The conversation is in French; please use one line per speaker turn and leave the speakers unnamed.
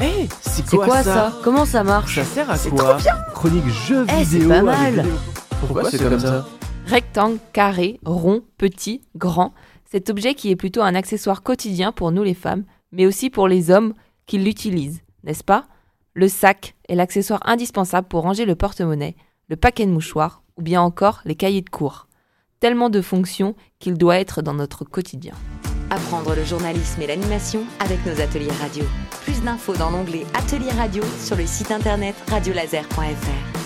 Ouais, Eh, c'est
C'est
quoi,
quoi ça Comment ça marche
Ça sert à
C'est
quoi Chronique jeux
Eh, c'est
vidéo.
pas
avec
mal.
vidéo. Pourquoi, c'est comme ça
Rectangle, carré, rond, petit, grand, cet objet qui est plutôt un accessoire quotidien pour nous les femmes, mais aussi pour les hommes qui l'utilisent, n'est-ce pas Le sac est l'accessoire indispensable pour ranger le porte-monnaie, le paquet de mouchoirs ou bien encore les cahiers de cours. Tellement de fonctions qu'il doit être dans notre quotidien.
Apprendre le journalisme et l'animation avec nos ateliers radio. Plus d'infos dans l'onglet Atelier radio sur le site internet radiolaser.fr.